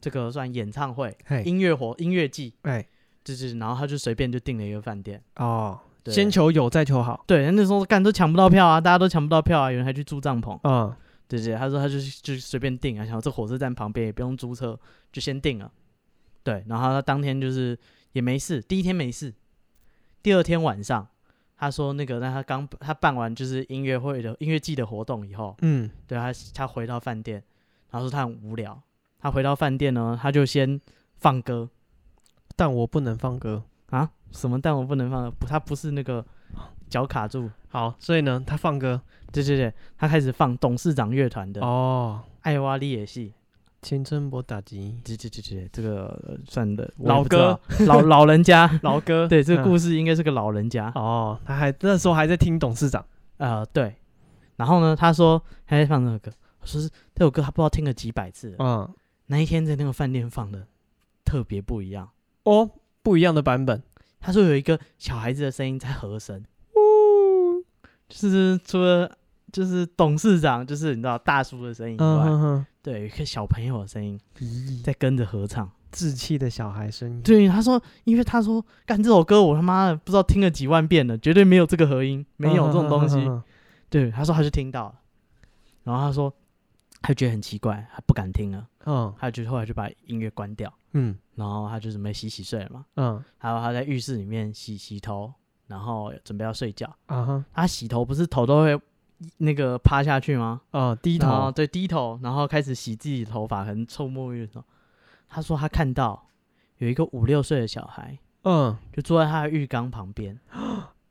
这个算演唱会、嘿，音乐活、音乐季，哎，就是然后他就随便就订了一个饭店。哦，对先求有再求好，对，那时候干都抢不到票啊，大家都抢不到票啊，有人还去住帐篷。嗯，对对，他说他就就随便订啊，想说这火车站旁边也不用租车，就先订了。对，然后他当天就是也没事，第一天没事，第二天晚上他说那个，那他刚他办完就是音乐会的音乐季的活动以后，嗯，对他他回到饭店，然后说他很无聊，他回到饭店呢，他就先放歌但我不能放歌。啊，什么但我不能放歌，不他不是那个脚卡住，好，所以呢，他放歌对对对，他开始放董事长乐团的《哦，艾哇利野戏》。青春搏打击，这这这这这个呃算的老，歌，老老人家老歌， 对，这个事、故事应该是个老人家，哦，他还那时候还在听董事长，呃，对。然后呢，他说他在放这首歌，说是这首歌他不知道听了几百次了，嗯，那一天在那个饭店放的特别不一样，哦，不一样的版本。他说有一个小孩子的声音在和声，就是除了就是董事长，就是你知道大叔的声音以外，嗯哼哼，对，有一个小朋友的声音咦，在跟着合唱。稚气的小孩声音，对，他说，因为他说干这首歌我他妈的不知道听了几万遍了，绝对没有这个合音，没有这种东西。嗯哼哼对，他说他就听到了，然后他说他就觉得很奇怪，他不敢听了，哼哼他就后来就把音乐关掉，嗯然后他就准备洗洗睡了嘛。嗯还有他在浴室里面洗洗头，然后准备要睡觉。啊哈他洗头不是头都会那个趴下去吗？啊，低然后头，对，低头，然后开始洗自己的头发，很臭沐浴的时候，他说他看到有一个五六岁的小孩嗯，就坐在他的浴缸旁边，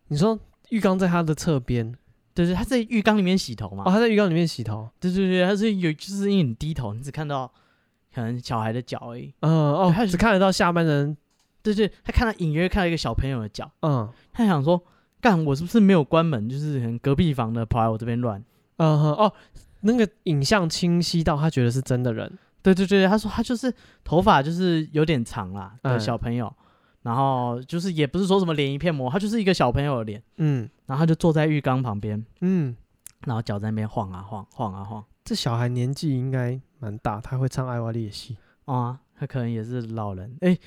你说浴缸在他的侧边，对对，他在浴缸里面洗头嘛，哦，他在浴缸里面洗头，对对对，他是有就是因为你低头，你只看到可能小孩的脚而已，嗯哦对哎他，是只看得到下半身，对对，他看到隐约看到一个小朋友的脚，嗯他想说。干，我是不是没有关门？就是可能隔壁房的跑来我这边乱。嗯哼哦，那个影像清晰到他觉得是真的人，对对对，他说他就是头发就是有点长啦的嗯小朋友，然后就是也不是说什么脸一片膜，他就是一个小朋友的脸，嗯然后他就坐在浴缸旁边，嗯，然后脚在那边晃啊晃，晃啊晃，这小孩年纪应该蛮大，他会唱艾娃莉的戏，哦啊，他可能也是老人，哎，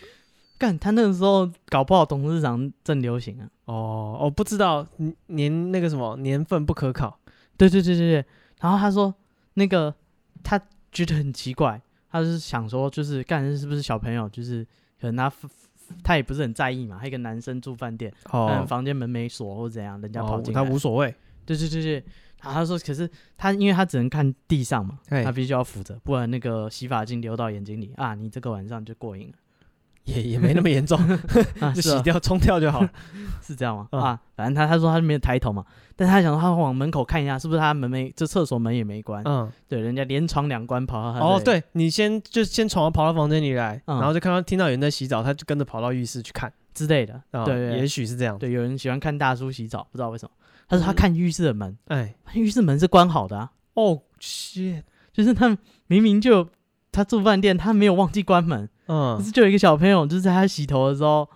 干他那个时候搞不好董事长正流行啊，哦哦，不知道嗯年那个什么年份不可考，对对对对对，然后他说那个他觉得很奇怪，他就是想说就是干是不是小朋友，就是可能他他也不是很在意嘛，他一个男生住饭店。可能哦，房间门没锁或怎样，人家跑哦进来。他无所谓，对对对对，然后他说，可是他因为他只能看地上嘛，嘿他必须要扶着，不然那个洗发精流到眼睛里啊，你这个晚上就过瘾了。也也没那么严重，啊、就是洗啊掉冲掉就好 了，是这样吗？嗯啊，反正他他说他没有抬头嘛，但他想说他往门口看一下，是不是他门没这厕所门也没关？嗯。对，人家连闯两关跑到他哦，这里，对你先就先闯跑到房间里来，嗯然后就看到听到有人在洗澡，他就跟着跑到浴室去看。之类的。啊、对对也许是这样。对，有人喜欢看大叔洗澡，不知道为什么。他说他看浴室的门，哎，浴室门是关好的啊。哦，shit，就是他明明就他住饭店，他没有忘记关门，可嗯，是就有一个小朋友就是在他洗头的时候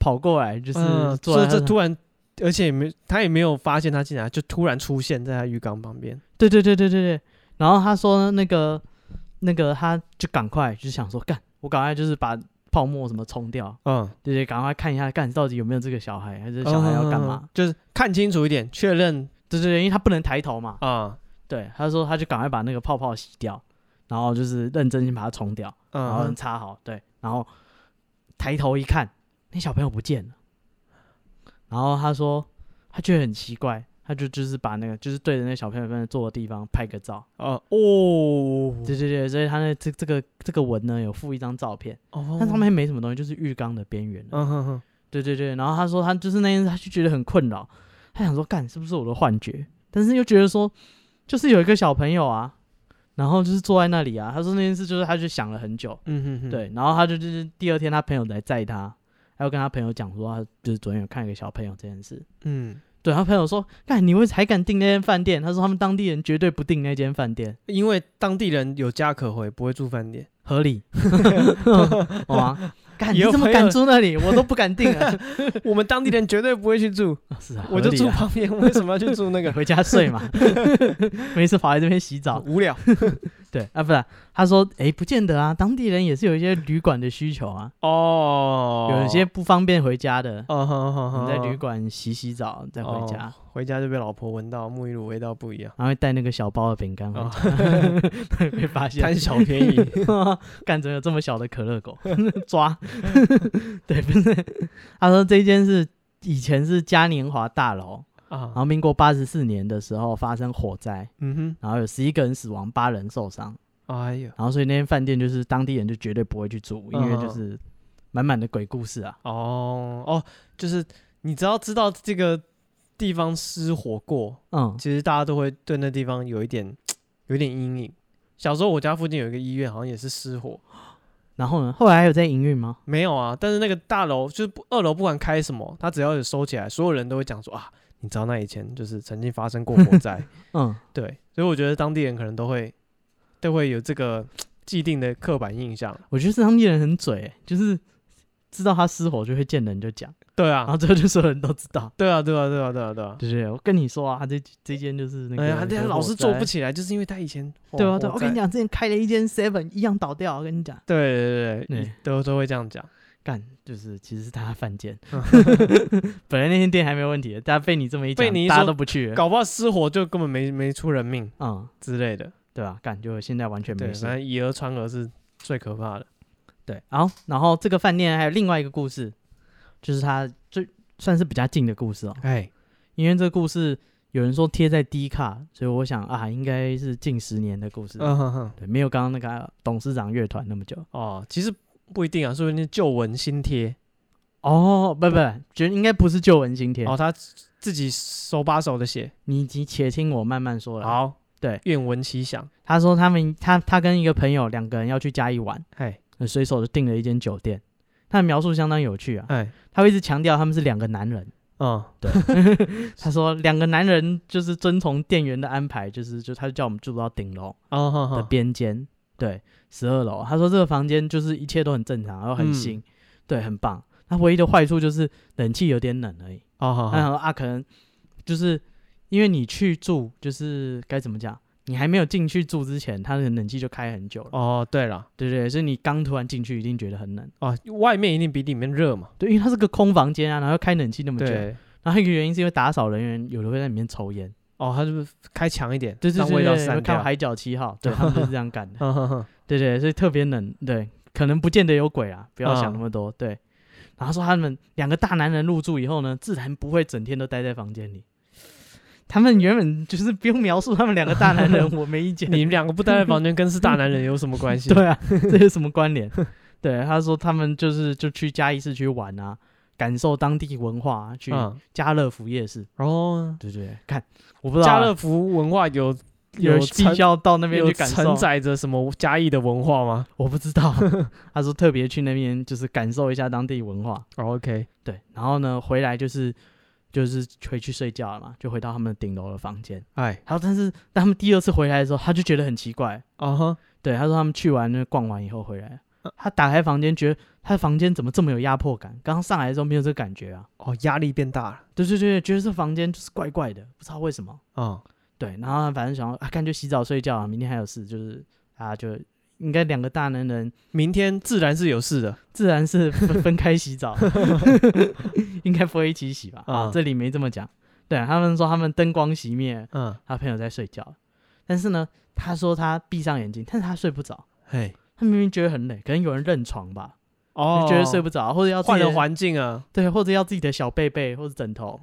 跑过来，就是嗯坐在这他的突然，而且也没他也没有发现他进来，就突然出现在他浴缸旁边。对对对对对对，然后他说那个那个他就赶快就想说干，我赶快就是把泡沫什么冲掉，嗯，对对，赶快看一下干到底有没有这个小孩，还是小孩要干嘛？嗯？就是看清楚一点，确认对对对，因为他不能抬头嘛，啊，对，他说他就赶快把那个泡泡洗掉，然后就是认真先把它冲掉，然后嗯，擦好，对，然后抬头一看，那小朋友不见了。然后他说，他觉得很奇怪，他就就是把那个就是对着那小朋友在坐的地方拍个照，哦哦，对对对，所以他那这这个这个文呢有附一张照片，哦，但上面没什么东西，就是浴缸的边缘了。嗯哼哼，对对对，然后他说他就是那天他就觉得很困扰，他想说干是不是我的幻觉，但是又觉得说就是有一个小朋友啊，然后就是坐在那里啊，他说那件事就是他就想了很久，嗯哼哼，，对，然后他就就是第二天他朋友来载他，还有跟他朋友讲说他就是昨天有看一个小朋友这件事。嗯，对他朋友说：“干，你为还敢订那间饭店？”他说他们当地人绝对不订那间饭店，因为当地人有家可回，不会住饭 店。合理。 好吗？干，你也有怎么朋敢友住那里？我都不敢订啊！ 我们当地人绝对不会去住，是啊，我就合理住啊旁边，为什么要去住那你个？回家睡 嘛，没事跑来这边洗澡。啊无聊对啊，不是啊、他说：“哎，不见得啊，当地人也是有一些旅馆的需求啊，哦， 有一些不方便回家的，哦，好好好，你在旅馆洗洗澡再回家。”回家就被老婆闻到沐浴露味道不一样，然后会带那个小包的饼干回哦 家，被发现贪小便宜， 干怎么有这么小的可乐狗 抓？对，不是，他说这间是以前是嘉年华大楼，然啊，后民国八十四年的时候发生火灾，嗯然后有十一个人死亡，八人受伤，哼，哎呦，然后所以那间饭店就是当地人就绝对不会去住，因为嗯就是满满的鬼故事啊。哦哦，就是你只要知道这个地方失火过，嗯，其实大家都会对那地方有一点有一点阴影。小时候我家附近有一个医院，好像也是失火，然后呢，后来还有在营运吗？没有啊，但是那个大楼就是不二楼，不管开什么，它只要有收起来，所有人都会讲说啊，你知道那以前就是曾经发生过火 灾，嗯，对，所以我觉得当地人可能都会都会有这个既定的刻板印象。我觉得当地人很嘴欸、就是知道他失火就会见人就讲，对然啊后，最后就所有人都知道。对啊，对啊，对啊，对啊，对啊。就是我跟你说啊，这这间就是那个哎有呀火，灾、他老是做不起来，就是因为他以前对啊，对啊，我跟你讲，讲，之前开了一间 Seven 一样倒掉，我跟你讲，对对对对对，都都会这样讲。干就是其实是他犯 贱，本来那间店还没有问题的，但被你这么一讲，被你一大家说都不去了，搞不好失火就根本没没出人命嗯，之类的。对啊，干就现在完全对，没反事，正以讹传讹是最可怕的。对，好，然后这个饭店还有另外一个故事，就是他最算是比较近的故事哦，哎，因为这个故事有人说贴在 D 卡，所以我想啊，应该是近十年的故事，嗯哼哼，对，没有刚刚那个董事长乐团那么久。哦，其实不一定啊，说不定是旧闻新贴，哦，不不，觉得应该不是旧文新贴。哦，他自己手把手的写，你你且听我慢慢说了。好，对，愿闻其详。他说他们他他跟一个朋友两个人要去嘉义玩，哎呃随手就订了一间酒店。他的描述相当有趣啊，哎，他会一直强调他们是两个男人。嗯， 他说两个男人就是遵从店员的安排，就是就他就叫我们住到顶楼哦哈的哈，边间，对，十二楼。他说这个房间就是一切都很正常，然后很嗯新，对，很棒。那唯一的坏处就是冷气有点冷而已。哦哈他想哈，说啊，可能就是因为你去住，就是该怎么讲，你还没有进去住之前，他的冷气就开很久了，哦，对了，对对对，所以你刚突然进去一定觉得很冷，哦，外面一定比里面热嘛。对，因为它是个空房间啊，然后又开冷气那么久，对，然后一个原因是因为打扫人员有的会在里面抽烟，哦，他就是开强一点，对对让对味道对，你会散看掉到。海角 七号，对，他们就是这样干的，嗯哼哼，对对，所以特别冷，对，可能不见得有鬼啊，不要想那么多，嗯对。然后说他们两个大男人入住以后呢，自然不会整天都待在房间里。他们原本就是不用描述他们两个大 男人，我没意见。 你们两个不待在房间，跟是大男人有什么关系？嗯 对啊，这有什么关联？对，他说他们就是就去嘉义市区玩啊，感受当地文化、啊，去嗯，家乐福夜市，然后对对对，看我不知道家啊、乐福文化哎有有承必须要到那边有去感受承，载着什么嘉义的文化吗我不知道。 他说特别去那边就是感受一下当地文化，哦？OK，对，然后呢回来就是就是回去睡觉了嘛，就回到他们顶楼的房间。哎，然后但是但他们第二次回来的时候，他就觉得很奇怪，啊哈，对，他说他们去完那逛完以后回来嗯，他打开房间，觉得他的房间怎么这么有压迫感？刚刚上来的时候没有这个感觉啊。哦，压力变大了对对对，觉得这房间就是怪怪的，不知道为什么。啊，对，然后他反正想要啊，干脆洗澡睡觉啊，明天还有事，就是啊，就应该两个大男人明天自然是有事的自然是分 分开洗澡，应该不会一起洗吧？啊，嗯这里没这么讲。对他们说他们灯光熄灭，嗯，他朋友在睡觉，但是呢，他说他闭上眼睛，但是他睡不着，嘿，他明明觉得很累，可能有人认床吧。哦就，觉得睡不着，或者要自换己了的环境啊，对，或者要自己的小被被或者枕头，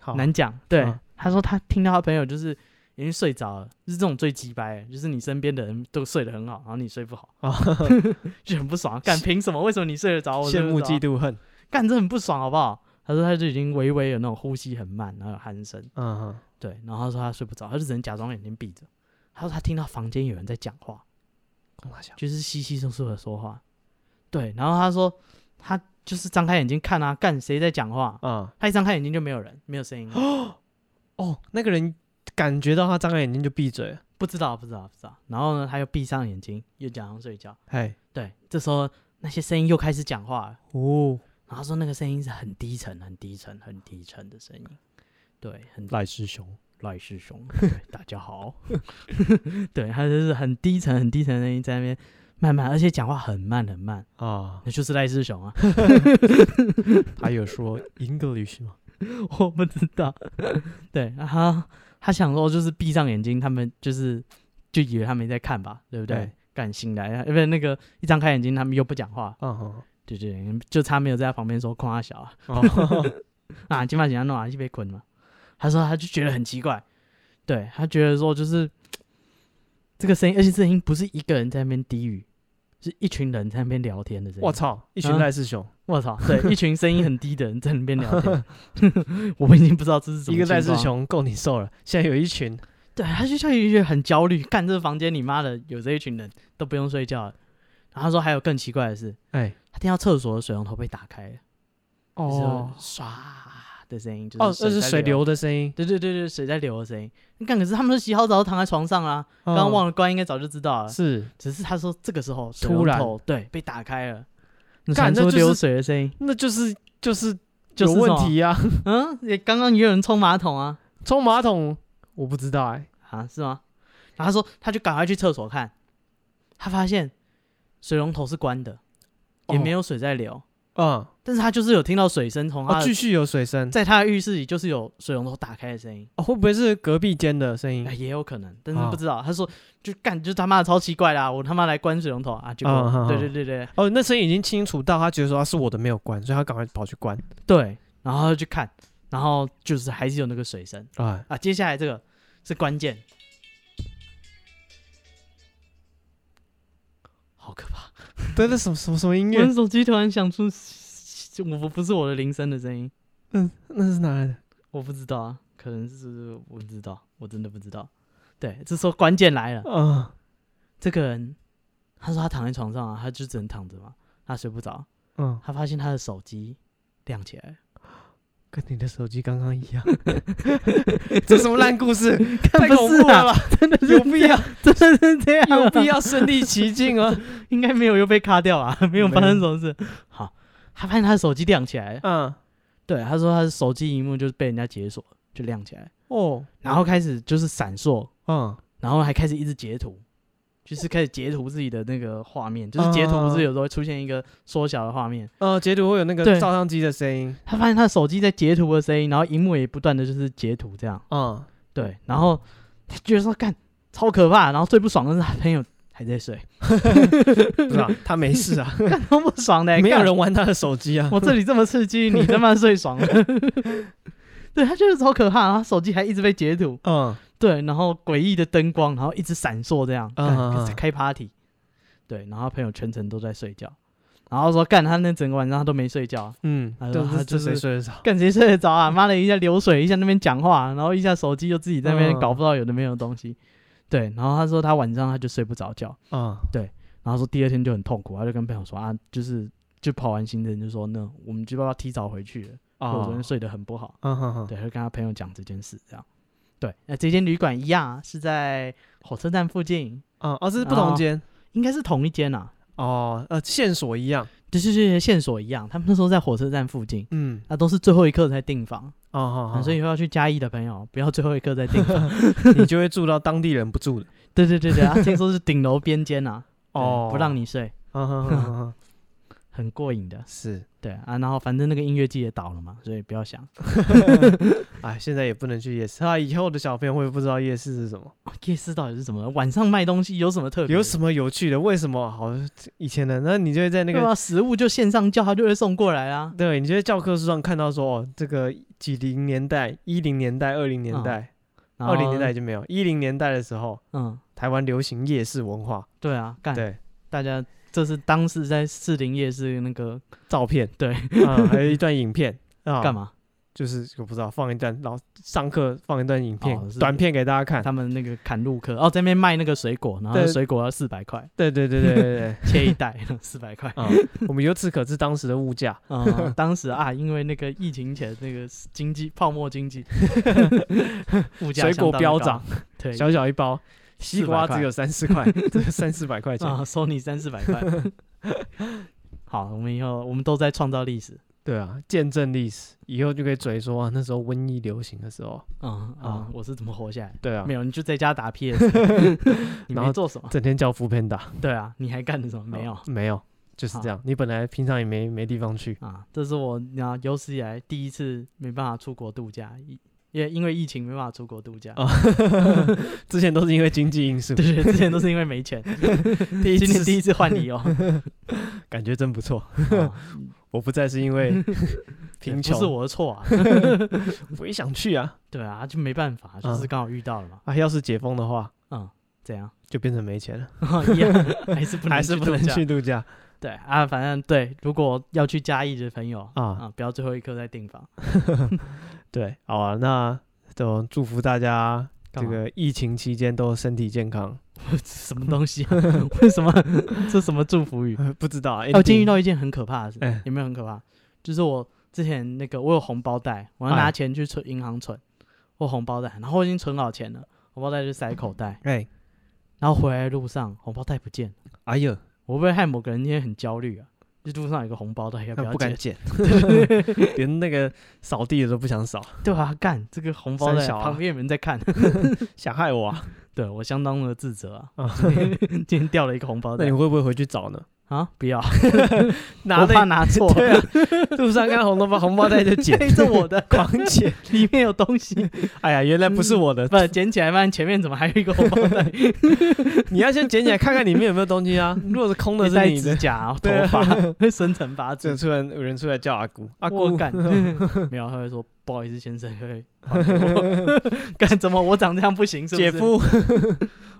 好，难讲。对，嗯他说他听到他朋友就是已经睡着了，就是这种最鸡掰的，就是你身边的人都睡得很好，然后你睡不好，啊 就很不爽。干凭什么？为什么你睡得着，我睡羡不慕着嫉？妒恨，干这很不爽，好不好？他说他就已经微微有那种呼吸很慢，然后有鼾声，嗯哼，对，然后他说他睡不着，他就只能假装眼睛闭着。他说他听到房间有人在讲话，跟他讲，就是稀稀疏疏的说话，对，然后他说他就是张开眼睛看啊，干谁在 讲话？啊，他一张开眼睛就没有人，没有声音，哦，那个人感觉到他张开眼睛就闭嘴了，不知道，不知道，不知道。然后呢，他又闭上眼睛，又假装睡觉。嘿，对，这时候那些声音又开始讲话了，哦，然后他说那个声音是很低沉、很低沉、很低沉的声音。对，很赖师兄，赖师兄， 对大家好。 对，他就是很低沉、很低沉的声音在那边慢慢，而且讲话很慢很慢，啊，那就是赖师兄啊。 他有说 English 吗？我不知道。 对，然后他想说就是闭上眼睛，他们就是就以为他没在看吧，对不对对？干醒来，因为那个一张开眼睛，他们又不讲话，嗯哼，对对对，就差没有在他旁边说夸他小啊， 哦，啊，今晚怎样弄啊，去被捆嘛。他说他就觉得很奇怪，对他觉得说就是这个声音，而且这声音不是一个人在那边低语，是一群人在那边聊天的声音。我操，啊一群嗯赖师兄，我操， 对，一群声音很低的人在那边聊天， 我们已经不知道这是什么一个赖情师况兄够你受了，现在有一群，对，他就像一个很焦虑，干这房间你妈的有这一群人都不用睡觉了。然后他说还有更奇怪的是，哎，他听到厕所的水龙头被打开了，哦，就是唰的声音，就哦，是那是在水流，的声音，对对对对，水在流的声音。干可是他们都洗好澡都躺在床上啦、刚刚忘了，啊了关，应该早就知道了。嗯是只是他说这个时候水突龙然头对被打开了，那干传那就出是流水的声音，那就是就是就是有问什么题啊呀、嗯，也刚刚也有人冲马桶啊，冲马桶我不知道哎、啊，是吗？然后他说，他就赶快去厕所看，他发现水龙头是关的，哦也没有水在流， 嗯，但是他就是有听到水声从他哦，的、继续有水声，在他的浴室里就是有水龙头打开的声音，哦，会不会是隔壁间的声音哎、？也有可能，但是啊不知道。他说就干，就他妈的超奇怪啦、我他妈来关水龙头啊，结果、啊啊啊对对对对哦，那声音已经清楚到他觉得说啊是我的没有关，所以他赶快跑去关。对，然后他就去看，然后就是还是有那个水声哎，啊。接下来这个是关键，好可怕。 对，那什么什么什么音我乐的？手机突然响出，我不不是我的铃声的声音，那是哪来的？我不知道啊，可能是我不知道，我真的不知道。对，这时候关键来了，嗯，这个人他说他躺在床上啊，他就只能躺着嘛，他睡不着，嗯，他发现他的手机亮起 来了，跟你的手机刚刚一样。 这什么烂故 事？太不恐是怖啊了吧， 真的有必要， 真的是这样有啊，必要身临其境啊！应该没有又被卡掉 啊，没有没发生有什么事。好，他发现他的手机亮起来了， 嗯，对，他说他的手机荧幕就是被人家解锁，就亮起来，哦，然后开始就是闪烁，嗯，然后还开始一直截图，就是开始截图自己的那个画面，就是截图啊不是有时候会出现一个缩小的画面，呃，截图会有那个对照相机的声音。他发现他的手机在截图的声音，然后荧幕也不断的就是截图这样，嗯，对，然后他觉得说干超可怕，然后最不爽的是他朋友还在睡，不是啊，他没事啊，干 超不爽的、没有干人玩他的手机啊。我这里这么刺激，你他妈睡 爽了，对他觉得超可怕，然后他手机还一直被截图，嗯，对，然后诡异的灯光，然后一直闪烁这样，啊干啊啊开 party，对，然后他朋友全程都在睡觉，然后说干他那整个晚上他都没睡觉，嗯，哎呦对，他这这就是谁睡得着？干谁睡得着啊？妈的，一下流水，一下那边讲话，然后一下手机又自己在那边嗯搞不到有的没有的东西，对，然后他说他晚上他就睡不着觉，嗯，然后说第二天就很痛苦，他就跟朋友说啊，就是就跑完行程就说那我们就要提早回去了，因为我昨天哦，睡得很不好。嗯哼哼，对，他就跟他朋友讲这件事，这样。对，那这间旅馆一样啊，是在火车站附近，嗯，哦，这是不同哦间。应该是同一间啊，哦，呃，线索一样。对对对，线索一样。他们那时候在火车站附近，嗯，那、都是最后一刻才订房，哦啊哦，哦所以以后要去嘉义的朋友，不要最后一刻再订房。 你就会住到当地人不住的。对对对对，啊，听说是顶楼边间啊，对哦，不让你。你睡，很过瘾的。是，对啊，然后反正那个音乐季也倒了嘛，所以不要想。哎，现在也不能去夜市啊。以后的小朋友会不知道夜市是什么，哦夜市到底是什么？晚上卖东西有什么特别的？有什么有趣的？为什么好以前的？那你就会在那那个个食物就线上叫，他就会送过来啊。对，你就在教科书上看到说，哦，这个几零年代、一零年代、二零年代、嗯然后二零年代已，经没有，一零年代的时候，嗯，台湾流行夜市文化，对啊，干。对，大家这是当时在士林夜市那个照片，对，啊，还有一段影 片啊，干？嘛？就是我不知道，放一段，然后上课放一段影片哦，是短片给大家看。他们那个砍路客哦，在那边卖那个水果，然后对水果要四百块，对对对对对对。切一袋 四百块。 啊，我们由此可知当时的物价。嗯，当时啊，因为那个疫情前那个经济泡沫经济， 物价水相当果高飙涨，，对小小一包，西瓜400块只有三四块， 这个三四百块钱。啊，收你三四百 块。好，我们以后我们都在创造历史。对啊，见证历史，以后就可以嘴说啊，那时候瘟疫流行的时候，嗯啊啊，我是怎么活下来？对啊没，有，你就在家打 PS，你然没后做什么？整天叫扶贫打，对啊，你还干了什么？没有啊。没有，就是好这样。你本来平常也没没地方去，啊，这是我啊有史以来第一次没办法出国度假，因也因为疫情没办法出国度假。啊 之前都是因为经济因素。 对对，之前都是因为 没钱，第一今年次第一次 换理由，啊感觉真不错，对我不再是因 为贫穷，不是我 的错啊。我也想去啊对啊，就没办法，就是嗯刚好遇到了嘛。啊！要是解封的话，嗯，这样哦就变成没钱了，一样还是不能还是去不度能假去度假对啊，反正对，如果要去嘉义的朋友啊。啊，不要最后一刻再订房。对，好啊，那就祝福大家干这嘛个疫情期间都身体健康。 什么东西啊？ 为什么这什么祝 福语？呃不知道啊，哎我今天 ending 遇到一件很可怕的事，哎有没有很可怕？就是我之前那个，我有红包袋，我要拿哎钱去存银行存，我有红包袋，然后我已经存好钱了，红包袋就塞口袋，哎，然后回来路上红包袋不见，哎呦，我会不会害某个人今天很焦虑啊？就路上有个红包，到底要他不要不敢捡捡， 连那个扫地的都不想 扫，对啊，干这个红包三在小啊旁边有人在看， 想害我啊？对我相当的自责啊 啊。今天今天掉了一个红包那袋你会不会回去找 呢？啊，不要，拿我怕那拿错， 对啊，路上看到红包红包袋就 捡，这我 的狂捡。里面有东 西，哎呀，原来不是我的，不捡起来，发现前面怎么还有一个红包 袋？你要先捡起来看看里面有没有东西 啊。如果是空的，一袋是你指的。甲啊、头对啊 发会生成八这字。突然有人出来叫阿姑，阿我姑，干，没有，他会说不好意思，先生，会 还给我干怎么？我长这样不行，是不姐是？夫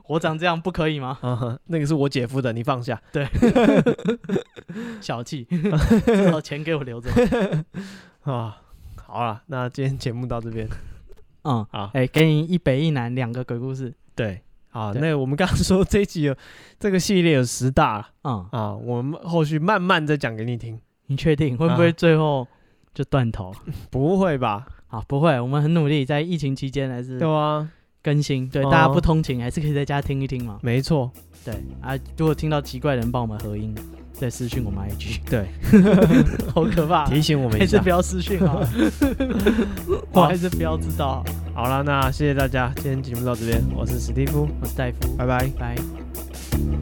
我长这样不可以吗？啊， 那个是我姐夫的，你放下。小 气，至少钱给我留着。啊，好了，那今天节目到这边嗯，啊，哎、给你一北一南两个鬼故事。对啊，对那我们刚刚说这一集有这个系列有十大嗯，啊，我们后续慢慢再讲给你听，你确定会不会啊最后就断头？不会吧？啊，不会，我们很努力，在疫情期间还是对啊，更新。对，哦大家不通勤还是可以在家听一听嘛。没错，对啊，如果听到奇怪的人帮我们合音，再私讯我们 IG，嗯对， 好可怕。提醒我们一还 是下不。要私讯好了，我还是不要知道好。好了，那谢谢大家，今天节目到这边，我是史蒂夫，我是戴夫，拜拜。拜。